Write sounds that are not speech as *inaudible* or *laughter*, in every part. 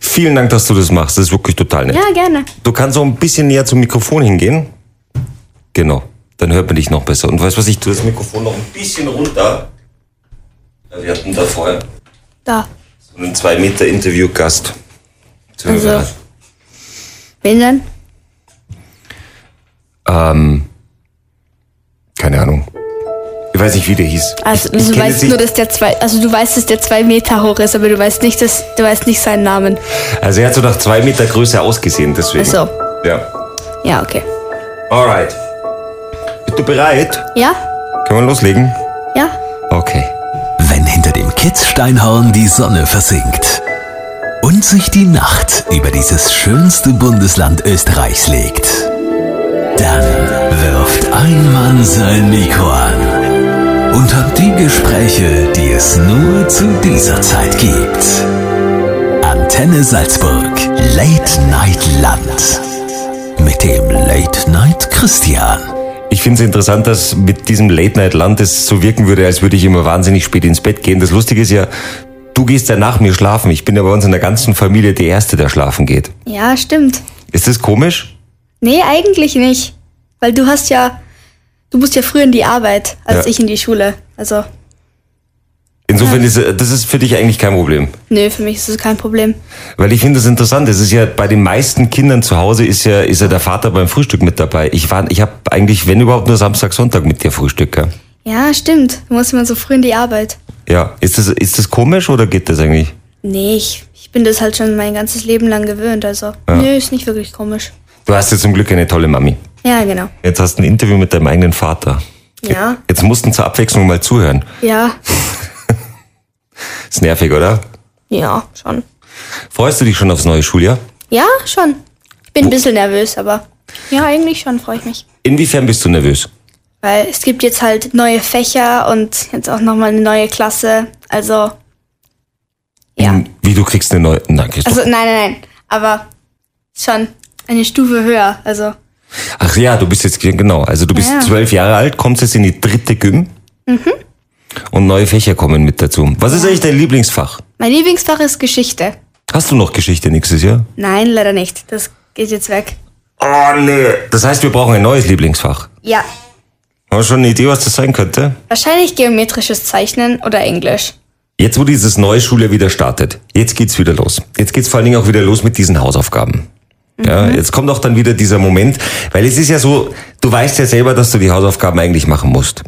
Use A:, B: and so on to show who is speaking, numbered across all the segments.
A: Vielen Dank, dass du das machst. Das ist wirklich total nett.
B: Ja, gerne.
A: Du kannst so ein bisschen näher zum Mikrofon hingehen. Genau. Dann hört man dich noch besser. Und weißt du was, ich tue das Mikrofon noch ein bisschen runter. Ja, Wir hatten da vorher
B: Da.
A: so einen 2 Meter Interviewgast. zu
B: Also.
A: hören. halt.
B: Wen denn?
A: Keine Ahnung. Ich weiß nicht, wie der hieß.
B: Also,
A: ich, ich
B: du
A: kenne
B: weißt
A: sich-
B: nur, dass der zwei, also du weißt, dass der zwei Meter hoch ist, aber du weißt nicht, dass, du weißt nicht seinen Namen.
A: Also er hat so nach zwei Meter Größe ausgesehen, deswegen.
B: Ach so.
A: Ja.
B: Ja, okay.
A: Alright. Bist du bereit?
B: Ja?
A: Können wir loslegen?
B: Ja?
A: Okay.
C: Wenn hinter dem Kitzsteinhorn die Sonne versinkt und sich die Nacht über dieses schönste Bundesland Österreichs legt, dann wirft ein Mann sein Mikro an und hat die Gespräche, die es nur zu dieser Zeit gibt. Antenne Salzburg, Late Night Land. Mit dem Late Night Christian.
A: Ich finde es interessant, dass mit diesem Late-Night-Land es so wirken würde, als würde ich immer wahnsinnig spät ins Bett gehen. Das Lustige ist ja, du gehst ja nach mir schlafen. Ich bin ja bei uns in der ganzen Familie die Erste, der schlafen geht.
B: Ja, stimmt.
A: Ist das komisch?
B: Nee, eigentlich nicht. Weil du hast ja, du musst ja früher in die Arbeit, als
A: Ja.
B: ich in die Schule. Also,
A: Insofern ist äh, das ist für dich eigentlich kein Problem.
B: nö, für mich ist das kein Problem.
A: Weil ich finde es interessant, es ist ja bei den meisten Kindern zu Hause ist ja, ist ja der Vater beim Frühstück mit dabei. Ich war, ich habe eigentlich, wenn überhaupt, nur Samstag, Sonntag mit dir Frühstück. Gell?
B: Ja, stimmt. Du musst immer so früh in die Arbeit.
A: Ja, ist das, ist das komisch oder geht das eigentlich?
B: Nee, ich, ich bin das halt schon mein ganzes Leben lang gewöhnt. Also, nö, ist nicht wirklich komisch.
A: Du hast ja zum Glück eine tolle Mami.
B: Ja, genau.
A: Jetzt hast du ein Interview mit deinem eigenen Vater.
B: Ja.
A: Jetzt mussten zur Abwechslung mal zuhören.
B: Ja.
A: Ist nervig, oder?
B: Ja, schon.
A: Freust du dich schon aufs neue Schuljahr?
B: Ja, schon. Ich bin ein bisschen nervös, aber ja, eigentlich schon, freue ich mich.
A: Inwiefern bist du nervös?
B: Weil es gibt jetzt halt neue Fächer und jetzt auch nochmal eine neue Klasse. Also, ja.
A: Hm, Wie du kriegst eine neue. Nein, kriegst
B: Also, nein, nein, nein. Aber schon eine Stufe höher. Also,
A: du. Ach ja, du bist jetzt genau. Also du bist
B: Ja.
A: zwölf Jahre alt, kommst jetzt in die dritte Gym. Mhm. Und neue Fächer kommen mit dazu. Was ist eigentlich dein Lieblingsfach?
B: mein Lieblingsfach ist Geschichte.
A: Hast du noch Geschichte nächstes Jahr?
B: Nein, leider nicht. Das geht jetzt weg.
A: Oh nee. Das heißt, wir brauchen ein neues Lieblingsfach.
B: Ja,
A: Haben wir schon eine Idee, was das sein könnte?
B: wahrscheinlich geometrisches Zeichnen oder Englisch.
A: Jetzt, wo dieses neue Schuljahr wieder startet, jetzt geht's wieder los. Jetzt geht's vor allen Dingen auch wieder los mit diesen Hausaufgaben. Ja, jetzt kommt auch dann wieder dieser Moment, weil es ist ja so, du weißt ja selber, dass du die Hausaufgaben eigentlich machen musst.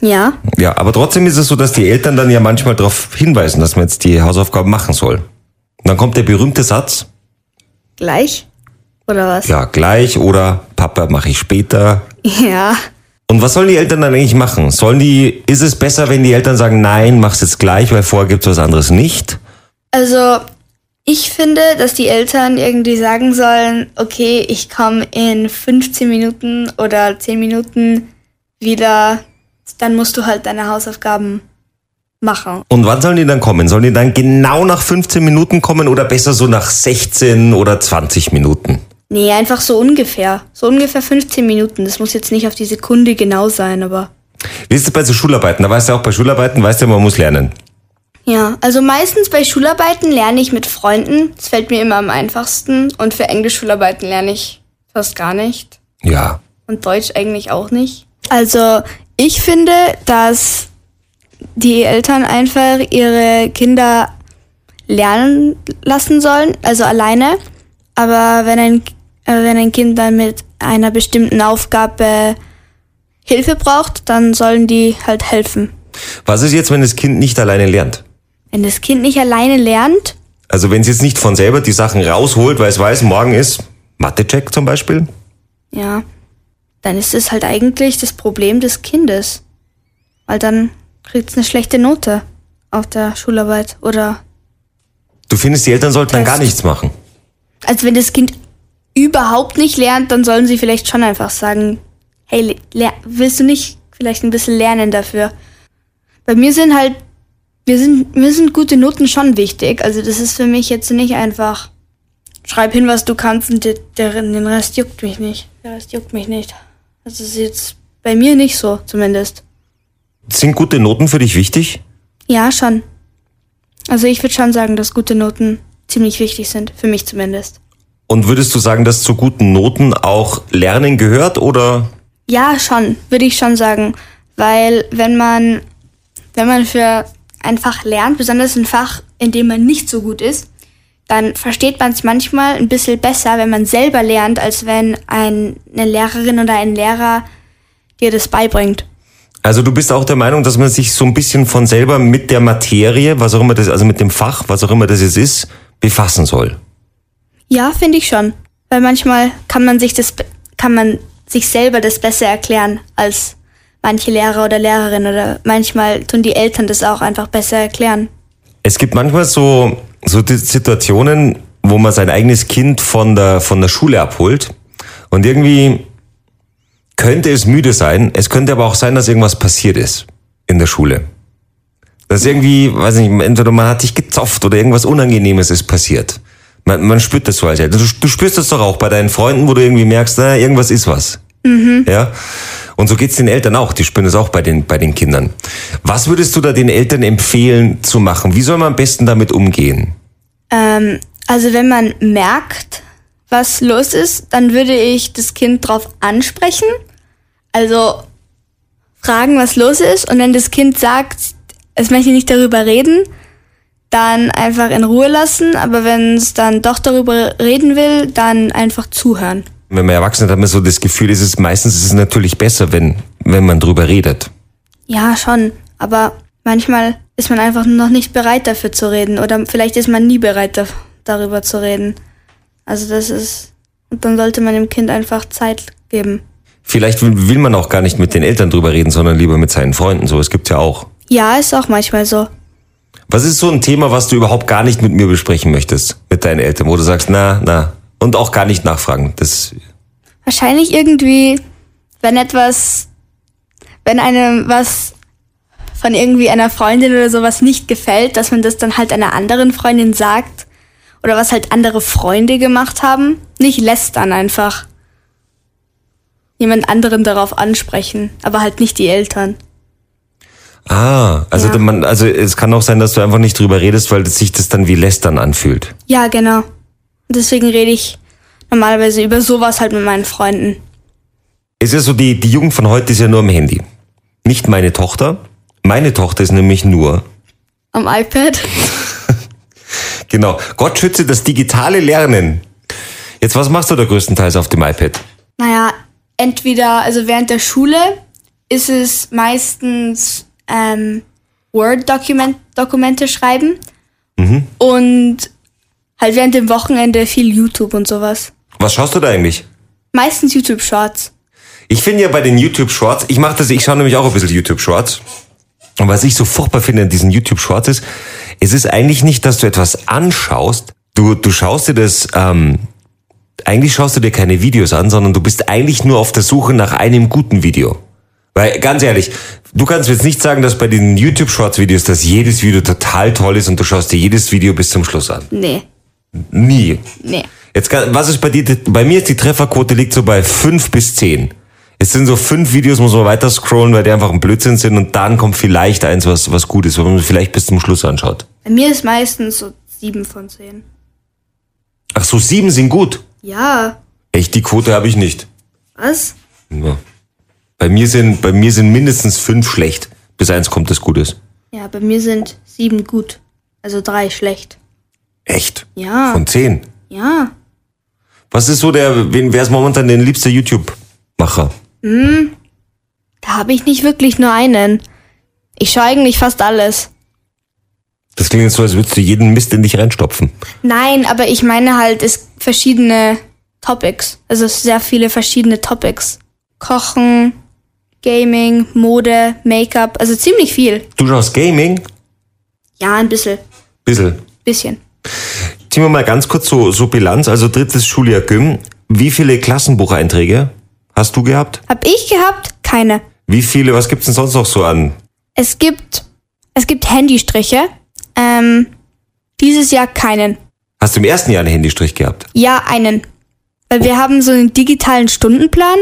B: Ja,
A: Ja, aber trotzdem ist es so, dass die Eltern dann ja manchmal darauf hinweisen, dass man jetzt die Hausaufgaben machen soll. Und dann kommt der berühmte Satz,
B: gleich. Oder was?
A: ja, gleich oder Papa mache ich später.
B: *laughs* ja.
A: Und was sollen die Eltern dann eigentlich machen? Sollen die, ist es besser, wenn die Eltern sagen, nein, mach's jetzt gleich, weil vorher gibt's was anderes nicht?
B: Also, ich finde, dass die Eltern irgendwie sagen sollen, okay, ich komme in 15 Minuten oder 10 Minuten wieder, dann musst du halt deine Hausaufgaben machen.
A: Und wann sollen die dann kommen? Sollen die dann genau nach 15 Minuten kommen oder besser so nach 16 oder 20 Minuten?
B: Nee, einfach so ungefähr. So ungefähr 15 Minuten. Das muss jetzt nicht auf die Sekunde genau sein, aber.
A: Wie ist es bei so Schularbeiten? Da weißt du auch, bei Schularbeiten weißt du, man muss lernen.
B: Ja, also meistens bei Schularbeiten lerne ich mit Freunden. Das fällt mir immer am einfachsten. Und für Englischschularbeiten lerne ich fast gar nicht.
A: Ja.
B: Und Deutsch eigentlich auch nicht. Also ich finde, dass die Eltern einfach ihre Kinder lernen lassen sollen, also alleine. Aber wenn ein, äh, wenn ein Kind dann mit einer bestimmten Aufgabe Hilfe braucht, dann sollen die halt helfen.
A: Was ist jetzt, wenn das Kind nicht alleine lernt?
B: Wenn das Kind nicht alleine lernt,
A: Also wenn es jetzt nicht von selber die Sachen rausholt, weil es weiß, morgen ist Mathe-Check zum Beispiel.
B: ja, dann ist es halt eigentlich das Problem des Kindes. Weil dann kriegt es eine schlechte Note auf der Schularbeit oder
A: Du findest, die Eltern sollten dann gar
B: Test.
A: nichts machen.
B: Also wenn das Kind überhaupt nicht lernt, dann sollen sie vielleicht schon einfach sagen, hey, le- ler- willst du nicht vielleicht ein bisschen lernen dafür? Bei mir sind halt, mir sind, mir sind gute Noten schon wichtig. Also das ist für mich jetzt nicht einfach, schreib hin, was du kannst und der, der, den Rest juckt mich nicht. Der Rest juckt mich nicht. Das ist jetzt bei mir nicht so, zumindest.
A: Sind gute Noten für dich wichtig?
B: Ja, schon. Also ich würde schon sagen, dass gute Noten ziemlich wichtig sind, für mich zumindest.
A: Und würdest du sagen, dass zu guten Noten auch Lernen gehört oder?
B: Ja, schon, würde ich schon sagen. Weil wenn man, wenn man für ein Fach lernt, besonders ein Fach, in dem man nicht so gut ist, dann versteht man es manchmal ein bisschen besser, wenn man selber lernt, als wenn ein, eine Lehrerin oder ein Lehrer dir das beibringt.
A: Also du bist auch der Meinung, dass man sich so ein bisschen von selber mit der Materie, was auch immer das, also mit dem Fach, was auch immer das jetzt ist, befassen soll.
B: Ja, finde ich schon. Weil manchmal kann man sich das, kann man sich selber das besser erklären als manche Lehrer oder Lehrerin oder manchmal tun die Eltern das auch einfach besser erklären.
A: Es gibt manchmal so, so die Situationen, wo man sein eigenes Kind von der, von der Schule abholt und irgendwie könnte es müde sein. Es könnte aber auch sein, dass irgendwas passiert ist in der Schule. Dass irgendwie, weiß nicht, entweder man hat dich gezopft oder irgendwas Unangenehmes ist passiert. Man, man spürt das so als Eltern. Du, du spürst das doch auch bei deinen Freunden, wo du irgendwie merkst, na, irgendwas ist was. Ja. Und so geht's den Eltern auch. Die spüren es auch bei den, bei den Kindern. Was würdest du da den Eltern empfehlen zu machen? Wie soll man am besten damit umgehen?
B: Ähm, also wenn man merkt, was los ist, dann würde ich das Kind drauf ansprechen. Also fragen, was los ist. Und wenn das Kind sagt, es möchte nicht darüber reden, dann einfach in Ruhe lassen. Aber wenn es dann doch darüber reden will, dann einfach zuhören.
A: Wenn man erwachsen ist, hat man so das Gefühl, es ist meistens ist es natürlich besser, wenn, wenn man drüber redet.
B: Ja, schon. Aber manchmal ist man einfach noch nicht bereit dafür zu reden. Oder vielleicht ist man nie bereit daf- darüber zu reden. Also das ist. Und dann sollte man dem Kind einfach Zeit geben.
A: Vielleicht will, will man auch gar nicht mit den Eltern drüber reden, sondern lieber mit seinen Freunden. So, es gibt's ja auch.
B: Ja, ist auch manchmal so.
A: Was ist so ein Thema, was du überhaupt gar nicht mit mir besprechen möchtest, mit deinen Eltern, wo du sagst, na, na, und auch gar nicht nachfragen. Das,
B: Wahrscheinlich irgendwie, wenn etwas, wenn einem was von irgendwie einer Freundin oder sowas nicht gefällt, dass man das dann halt einer anderen Freundin sagt oder was halt andere Freunde gemacht haben, nicht lästern einfach. Jemand anderen darauf ansprechen, aber halt nicht die Eltern.
A: ah, also
B: Ja.
A: man, also es kann auch sein, dass du einfach nicht drüber redest, weil sich das dann wie lästern anfühlt.
B: Ja, genau. Und deswegen rede ich normalerweise über sowas halt mit meinen Freunden.
A: Es ist so, die, die Jugend von heute ist ja nur am Handy. Nicht meine Tochter. Meine Tochter ist nämlich nur.
B: Am iPad.
A: Genau. Gott schütze das digitale Lernen. Jetzt, was machst du da größtenteils auf dem iPad?
B: Naja, entweder, also während der Schule ist es meistens ähm, Word-Dokumente schreiben und halt während dem Wochenende viel YouTube und sowas.
A: Was schaust du da eigentlich?
B: Meistens YouTube-Shorts.
A: Ich finde ja bei den YouTube Shorts, ich mache das, ich schaue nämlich auch ein bisschen YouTube Shorts. Und was ich so furchtbar finde an diesen YouTube Shorts ist, es ist eigentlich nicht, dass du etwas anschaust. Du, du schaust dir das, ähm, eigentlich schaust du dir keine Videos an, sondern du bist eigentlich nur auf der Suche nach einem guten Video. Weil, ganz ehrlich, du kannst jetzt nicht sagen, dass bei den YouTube Shorts Videos, dass jedes Video total toll ist und du schaust dir jedes Video bis zum Schluss an.
B: Nee,
A: Nie.
B: nee.
A: Jetzt, kann- was ist bei dir? Bei mir ist die Trefferquote liegt so bei fünf bis zehn. Es sind so fünf Videos, muss man weiter scrollen, weil die einfach ein Blödsinn sind und dann kommt vielleicht eins, was, was gut ist, wenn man vielleicht bis zum Schluss anschaut.
B: Bei mir ist meistens so 7 von 10.
A: Ach so, sieben sind gut.
B: Ja,
A: Echt, die Quote habe ich nicht.
B: was?
A: Ja. Bei mir sind, bei mir sind mindestens fünf schlecht. Bis eins kommt, das gut ist.
B: Ja, bei mir sind 7 gut. Also 3 schlecht.
A: Echt?
B: Ja.
A: Von zehn.
B: Ja.
A: Was ist so der, wen, wer ist momentan dein liebster YouTube-Macher?
B: Da habe ich nicht wirklich nur einen. Ich schaue eigentlich fast alles.
A: Das klingt jetzt so, als würdest du jeden Mist in dich reinstopfen.
B: Nein, aber ich meine halt, es verschiedene Topics. Also es sehr viele verschiedene Topics. Kochen, Gaming, Mode, Make-up, also ziemlich viel.
A: Du schaust Gaming?
B: Ja, ein bisschen.
A: Bissel.
B: Bisschen.
A: Ziehen wir mal ganz kurz so, so Bilanz, also drittes Schuljahr Gym. Wie viele Klassenbucheinträge hast du gehabt?
B: Hab ich gehabt? Keine.
A: Wie viele, was gibt's denn sonst noch so an?
B: Es gibt, es gibt Handystriche. Ähm, dieses Jahr keinen.
A: Hast du im ersten Jahr einen Handystrich gehabt?
B: Ja, einen. Weil wir haben so einen digitalen Stundenplan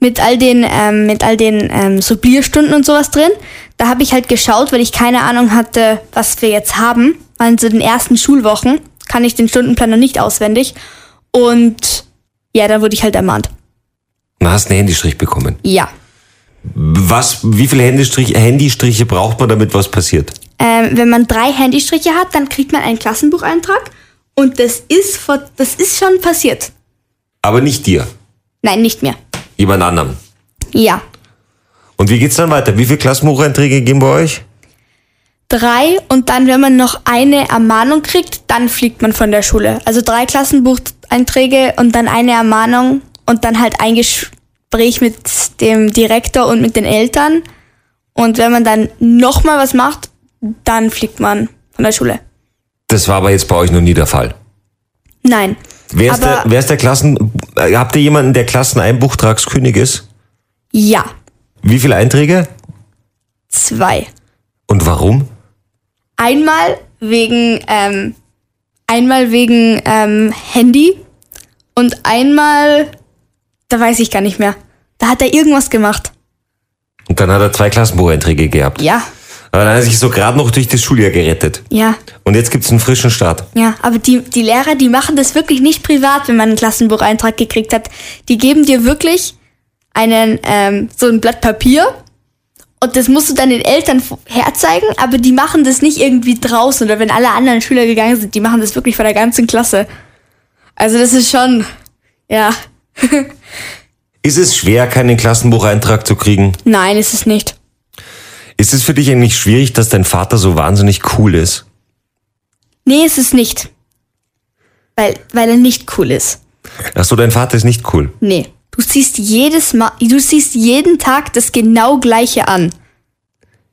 B: mit all den, ähm, mit all den ähm, Sublierstunden und sowas drin. Da habe ich halt geschaut, weil ich keine Ahnung hatte, was wir jetzt haben. Waren so den ersten Schulwochen. kann ich den Stundenplan noch nicht auswendig. Und ja, dann wurde ich halt ermahnt.
A: Na, hast einen Handystrich bekommen.
B: Ja.
A: Was, wie viele Handystrich, Handystriche braucht man, damit was passiert?
B: Ähm, wenn man drei Handystriche hat, dann kriegt man einen Klassenbucheintrag. Und das ist, vor, das ist schon passiert.
A: Aber nicht dir,
B: Nein, nicht mehr.
A: jemand anderem.
B: Ja.
A: Und wie geht's dann weiter? Wie viele Klassenbucheinträge geben bei euch?
B: Drei und dann, wenn man noch eine Ermahnung kriegt, dann fliegt man von der Schule. Also drei Klassenbucheinträge und dann eine Ermahnung und dann halt ein Gespräch mit dem Direktor und mit den Eltern. Und wenn man dann nochmal was macht, dann fliegt man von der Schule.
A: Das war aber jetzt bei euch noch nie der Fall.
B: Nein.
A: Wer ist, der,
B: Aber
A: wer ist der Klassen, äh, habt ihr jemanden, der Klasseneinbuchtragskönig ist?
B: ja,
A: Wie viele Einträge?
B: zwei.
A: Und warum?
B: Einmal wegen, ähm, einmal wegen ähm, Handy und einmal, da weiß ich gar nicht mehr. Da hat er irgendwas gemacht.
A: Und dann hat er zwei Klassenbucheinträge gehabt.
B: Ja,
A: Aber dann hat er sich so gerade noch durch das Schuljahr gerettet.
B: ja,
A: Und jetzt gibt's einen frischen Start.
B: ja. Aber die, die Lehrer, die machen das wirklich nicht privat, wenn man einen Klassenbucheintrag gekriegt hat. Die geben dir wirklich einen, ähm, so ein Blatt Papier und das musst du dann den Eltern v- herzeigen, aber die machen das nicht irgendwie draußen oder wenn alle anderen Schüler gegangen sind, die machen das wirklich vor der ganzen Klasse. Also das ist schon, ja.
A: Ist es schwer, keinen Klassenbucheintrag zu kriegen?
B: Nein, ist es nicht.
A: Ist es für dich eigentlich schwierig, dass dein Vater so wahnsinnig cool ist?
B: Nee, ist es nicht. Weil, weil er nicht cool ist.
A: Ach so, dein Vater ist nicht cool.
B: Nee. Du siehst jedes Mal, du siehst jeden Tag das genau gleiche an.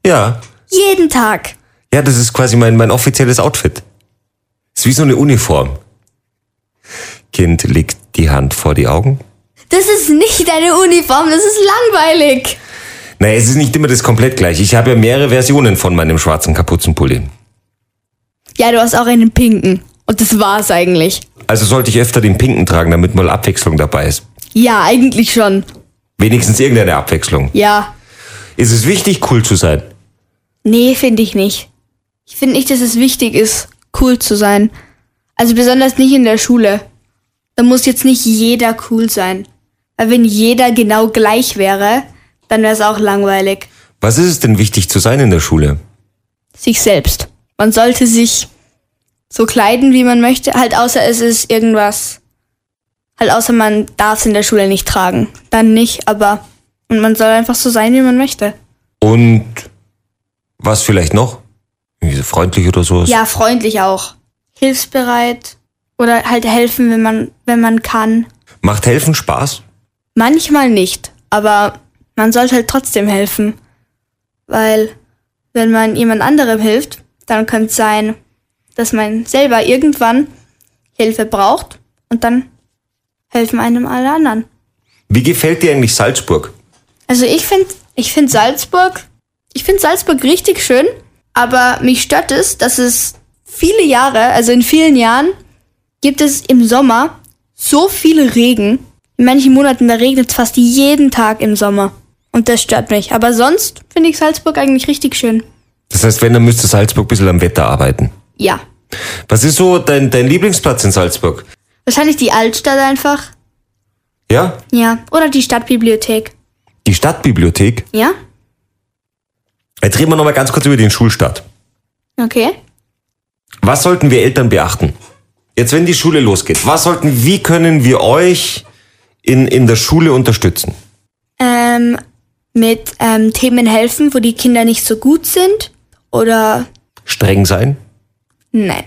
A: Ja.
B: Jeden Tag.
A: Ja, das ist quasi mein, mein offizielles Outfit. Ist wie so eine Uniform. Kind legt die Hand vor die Augen.
B: Das ist nicht deine Uniform, das ist langweilig.
A: Naja, es ist nicht immer das komplett gleiche. Ich habe ja mehrere Versionen von meinem schwarzen Kapuzenpulli.
B: Ja, du hast auch einen pinken. Und das war's eigentlich.
A: Also sollte ich öfter den pinken tragen, damit mal Abwechslung dabei ist.
B: Ja, eigentlich schon.
A: Wenigstens irgendeine Abwechslung.
B: Ja.
A: Ist es wichtig, cool zu sein?
B: Nee, finde ich nicht. Ich finde nicht, dass es wichtig ist, cool zu sein. Also besonders nicht in der Schule. Da muss jetzt nicht jeder cool sein. Weil wenn jeder genau gleich wäre, dann wäre es auch langweilig.
A: Was ist es denn wichtig zu sein in der Schule?
B: Sich selbst. Man sollte sich so kleiden, wie man möchte. Halt außer es ist irgendwas. Halt außer man darf es in der Schule nicht tragen. Dann nicht, aber. Und man soll einfach so sein, wie man möchte.
A: Und was vielleicht noch? Irgendwie so freundlich oder sowas?
B: Ja, freundlich auch. Hilfsbereit oder halt helfen, wenn man, wenn man kann.
A: Macht helfen Spaß?
B: Manchmal nicht, aber man sollte halt trotzdem helfen. Weil wenn man jemand anderem hilft, dann könnte es sein, dass man selber irgendwann Hilfe braucht und dann helfen einem alle anderen.
A: Wie gefällt dir eigentlich Salzburg?
B: Also ich finde ich find Salzburg, ich finde Salzburg richtig schön, aber mich stört es, dass es viele Jahre, also in vielen Jahren, gibt es im Sommer so viel Regen. In manchen Monaten, da regnet es fast jeden Tag im Sommer. Und das stört mich. Aber sonst finde ich Salzburg eigentlich richtig schön.
A: Das heißt, wenn, dann müsste Salzburg ein bisschen am Wetter arbeiten.
B: Ja.
A: Was ist so dein, dein Lieblingsplatz in Salzburg?
B: Wahrscheinlich die Altstadt einfach.
A: Ja?
B: Ja. Oder die Stadtbibliothek.
A: Die Stadtbibliothek?
B: Ja?
A: Jetzt reden wir nochmal ganz kurz über den Schulstart.
B: Okay.
A: Was sollten wir Eltern beachten? Jetzt, wenn die Schule losgeht, was sollten, wie können wir euch in, in der Schule unterstützen?
B: ähm, mit ähm, Themen helfen, wo die Kinder nicht so gut sind. Oder
A: Streng sein?
B: nein.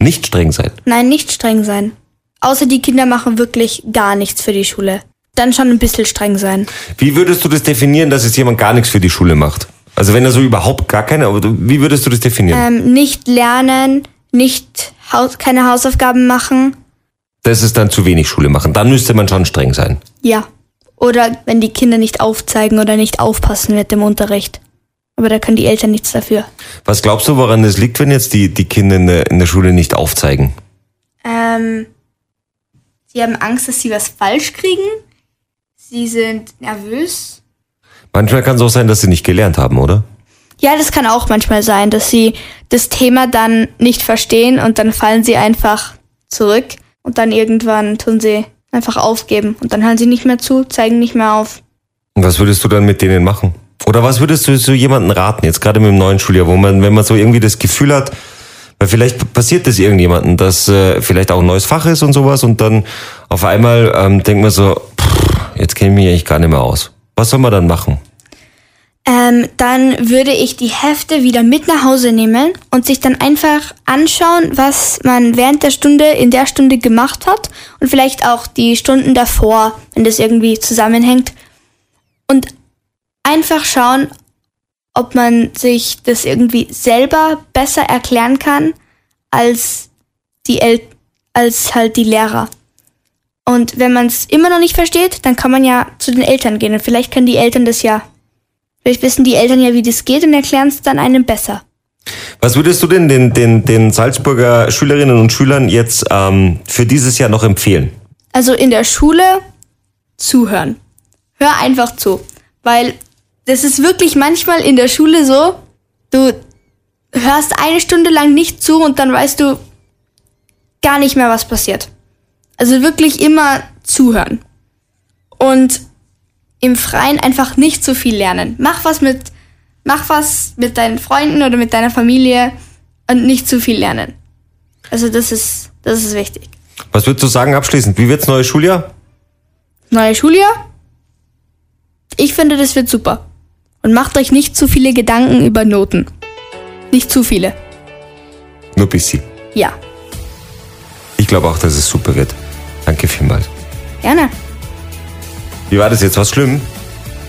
A: Nicht streng sein?
B: Nein, nicht streng sein. Außer die Kinder machen wirklich gar nichts für die Schule. Dann schon ein bisschen streng sein.
A: Wie würdest du das definieren, dass jetzt jemand gar nichts für die Schule macht? Also wenn er so überhaupt gar keine, aber du- wie würdest du das definieren?
B: Ähm, nicht lernen, nicht Haus keine Hausaufgaben machen.
A: Das ist dann zu wenig Schule machen. Dann müsste man schon streng sein.
B: Ja. Oder wenn die Kinder nicht aufzeigen oder nicht aufpassen mit dem Unterricht. Aber da können die Eltern nichts dafür.
A: Was glaubst du, woran das liegt, wenn jetzt die, die Kinder in der, in der Schule nicht aufzeigen?
B: Ähm, sie haben Angst, dass sie was falsch kriegen. Sie sind nervös.
A: Manchmal kann es auch sein, dass sie nicht gelernt haben, oder?
B: Ja, das kann auch manchmal sein, dass sie das Thema dann nicht verstehen und dann fallen sie einfach zurück und dann irgendwann tun sie einfach aufgeben und dann hören sie nicht mehr zu, zeigen nicht mehr auf.
A: Und was würdest du dann mit denen machen? Oder was würdest du so jemanden raten, jetzt gerade mit dem neuen Schuljahr, wo man, wenn man so irgendwie das Gefühl hat, weil vielleicht passiert das irgendjemanden, dass äh, vielleicht auch ein neues Fach ist und sowas und dann auf einmal ähm, denkt man so, pff, jetzt kenne ich mich eigentlich gar nicht mehr aus. Was soll man dann machen?
B: Ähm, dann würde ich die Hefte wieder mit nach Hause nehmen und sich dann einfach anschauen, was man während der Stunde in der Stunde gemacht hat und vielleicht auch die Stunden davor, wenn das irgendwie zusammenhängt. Und einfach schauen, ob man sich das irgendwie selber besser erklären kann als die El als halt die Lehrer. Und wenn man es immer noch nicht versteht, dann kann man ja zu den Eltern gehen und vielleicht können die Eltern das ja Vielleicht wissen die Eltern ja, wie das geht und erklären es dann einem besser.
A: Was würdest du denn den, den, den Salzburger Schülerinnen und Schülern jetzt ähm, für dieses Jahr noch empfehlen?
B: Also in der Schule zuhören. Hör einfach zu. Weil das ist wirklich manchmal in der Schule so, du hörst eine Stunde lang nicht zu und dann weißt du gar nicht mehr, was passiert. Also wirklich immer zuhören. Und im Freien einfach nicht so viel lernen. Mach was mit, mach was mit deinen Freunden oder mit deiner Familie und nicht zu viel lernen. Also das ist, das ist wichtig.
A: Was würdest du sagen abschließend? Wie wird's neues Schuljahr?
B: Neue Schuljahr? Ich finde, das wird super. Und macht euch nicht zu viele Gedanken über Noten. Nicht zu viele.
A: Nur bisschen.
B: Ja,
A: Ich glaube auch, dass es super wird. Danke vielmals.
B: gerne.
A: Wie war das jetzt? Was schlimm?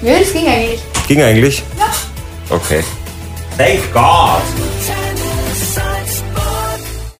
B: Nö, das ging eigentlich.
A: Ging eigentlich? Ja. Okay. Thank God!
D: Shine